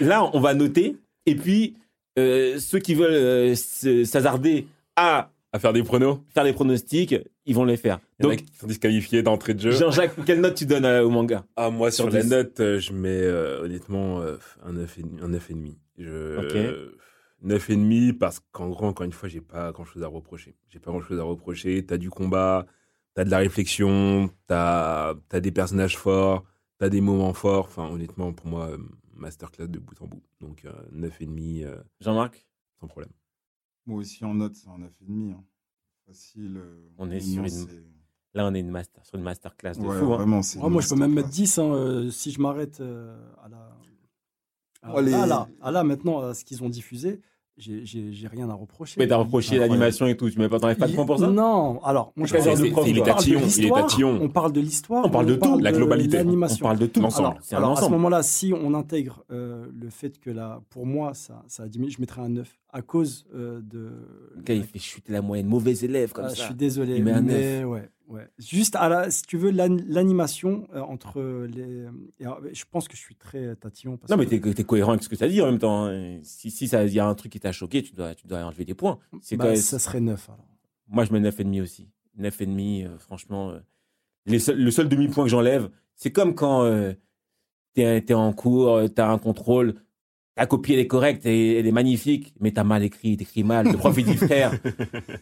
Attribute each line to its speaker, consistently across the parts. Speaker 1: là, on va noter. Et puis, euh, ceux qui veulent euh, se- s'hasarder à
Speaker 2: À faire des pronos.
Speaker 1: faire des pronostics, ils vont les faire.
Speaker 2: Il y en a
Speaker 1: Donc,
Speaker 2: qui sont disqualifiés d'entrée de jeu.
Speaker 1: Jean-Jacques, quelle note tu donnes euh, au manga
Speaker 2: Ah, moi, sur,
Speaker 1: Sur
Speaker 2: la
Speaker 1: dix.
Speaker 2: note, euh, je mets euh, honnêtement euh, un 9,5. Un 9,5. Je,
Speaker 1: Ok.
Speaker 2: euh, 9,5 parce qu'en gros, encore une fois, j'ai pas grand chose à reprocher. J'ai pas grand chose à reprocher. T'as du combat, t'as de la réflexion, t'as as des personnages forts, t'as des moments forts. Enfin, honnêtement, pour moi, euh, masterclass de bout en bout. Donc, euh, 9,5 euh,
Speaker 1: Jean-Marc
Speaker 2: sans problème.
Speaker 3: Moi aussi, en note, c'est un 9,5. Hein. Facile. euh,
Speaker 1: On est
Speaker 3: vraiment,
Speaker 1: sur une-
Speaker 3: c'est-
Speaker 1: Là, on est une master, sur une masterclass de
Speaker 3: Ouais,
Speaker 1: fou. hein.
Speaker 3: vraiment, c'est
Speaker 4: Ah,
Speaker 3: une
Speaker 4: moi, je peux même mettre
Speaker 3: masterclass.
Speaker 4: 10 hein, euh, si je m'arrête euh, à la. à-
Speaker 3: Oh, les-
Speaker 4: à là, à là, maintenant, à ce qu'ils ont diffusé, j'ai- j'ai j'ai rien à reprocher.
Speaker 1: Mais t'as reproché
Speaker 4: Incroyable.
Speaker 1: l'animation et tout. Tu mets pas, t'enlèves pas de
Speaker 4: Il-
Speaker 1: points pour ça
Speaker 4: Non, alors, moi, je
Speaker 1: Ah, C'est-
Speaker 4: pense
Speaker 1: c'est-
Speaker 4: que-
Speaker 1: c'est- il est
Speaker 4: on parle de
Speaker 2: tatillon, il est
Speaker 4: l'histoire,
Speaker 2: tatillon.
Speaker 4: On parle de l'histoire,
Speaker 1: On parle de tout,
Speaker 2: la globalité.
Speaker 1: On
Speaker 4: l'animation.
Speaker 1: parle de tout.
Speaker 2: L'ensemble.
Speaker 4: Alors,
Speaker 1: C'est un
Speaker 4: alors, à ce
Speaker 1: ensemble.
Speaker 4: moment-là, si on intègre euh, le fait que là, pour moi, ça, ça a diminué, je mettrais un 9 à cause euh, de.
Speaker 1: Le gars, il fait chuter la moyenne. Mauvais élève comme
Speaker 4: Ah,
Speaker 1: ça.
Speaker 4: Je suis désolé,
Speaker 1: Il met un
Speaker 4: mais ouais, ouais. Juste à la, si tu veux, l'an- l'animation euh, entre les. et, euh, Je pense que je suis très tatillon. Parce
Speaker 1: Non, mais
Speaker 4: que-
Speaker 1: t'es es cohérent avec ce que t'as dit en même temps. hein. Si si ça- il y a un truc qui t'a choqué, tu dois, tu dois enlever des points. C'est
Speaker 4: Bah,
Speaker 1: quoi-
Speaker 4: ça serait 9 alors.
Speaker 1: Moi, je mets 9,5 aussi. 9,5, euh, franchement. euh, les seuls- le seul demi-point que j'enlève, c'est comme quand euh, t'es t'es en cours, euh, t'as un contrôle, ta copie, elle est correcte, et, elle est magnifique, mais t'as mal écrit, t'écris mal. Le prof, il dit, frère,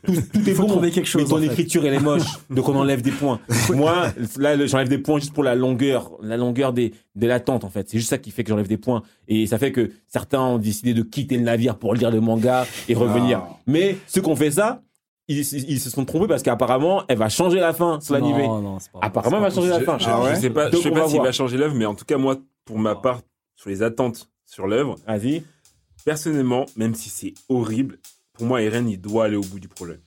Speaker 1: tout, tout est
Speaker 4: Il faut
Speaker 1: bon,
Speaker 4: trouver quelque chose.
Speaker 1: mais ton
Speaker 4: en fait.
Speaker 1: écriture, elle est moche, donc on enlève des points. Moi, là, le- j'enlève des points juste pour la longueur, la longueur des, de l'attente, en fait. C'est juste ça qui fait que j'enlève des points. Et ça fait que certains ont décidé de quitter le navire pour lire le manga et revenir.
Speaker 3: Ah.
Speaker 1: Mais ceux qui ont fait ça, ils, ils se sont trompés parce qu'apparemment, elle va changer la fin sur l'animé.
Speaker 4: Non, non, c'est pas vrai,
Speaker 1: Apparemment, elle va
Speaker 4: c'est pas
Speaker 1: changer la
Speaker 2: Je-
Speaker 1: fin.
Speaker 2: Je,
Speaker 3: Ah
Speaker 2: je
Speaker 3: ouais
Speaker 2: sais pas, je
Speaker 1: Donc,
Speaker 2: sais
Speaker 1: on
Speaker 2: pas
Speaker 1: va
Speaker 2: s'il
Speaker 1: voir.
Speaker 2: va changer l'œuvre, mais en tout cas, moi, pour ma
Speaker 4: Ah.
Speaker 2: part, sur les attentes sur l'œuvre,
Speaker 1: Vas-y.
Speaker 2: personnellement, même si c'est horrible, pour moi, Eren, il doit aller au bout du projet.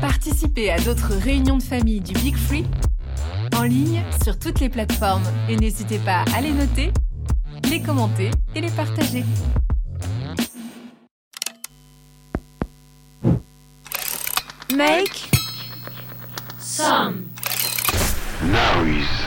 Speaker 5: Participez à d'autres réunions de famille du Big Free en ligne sur toutes les plateformes et n'hésitez pas à les noter, les commenter et les partager. Make
Speaker 6: Noise.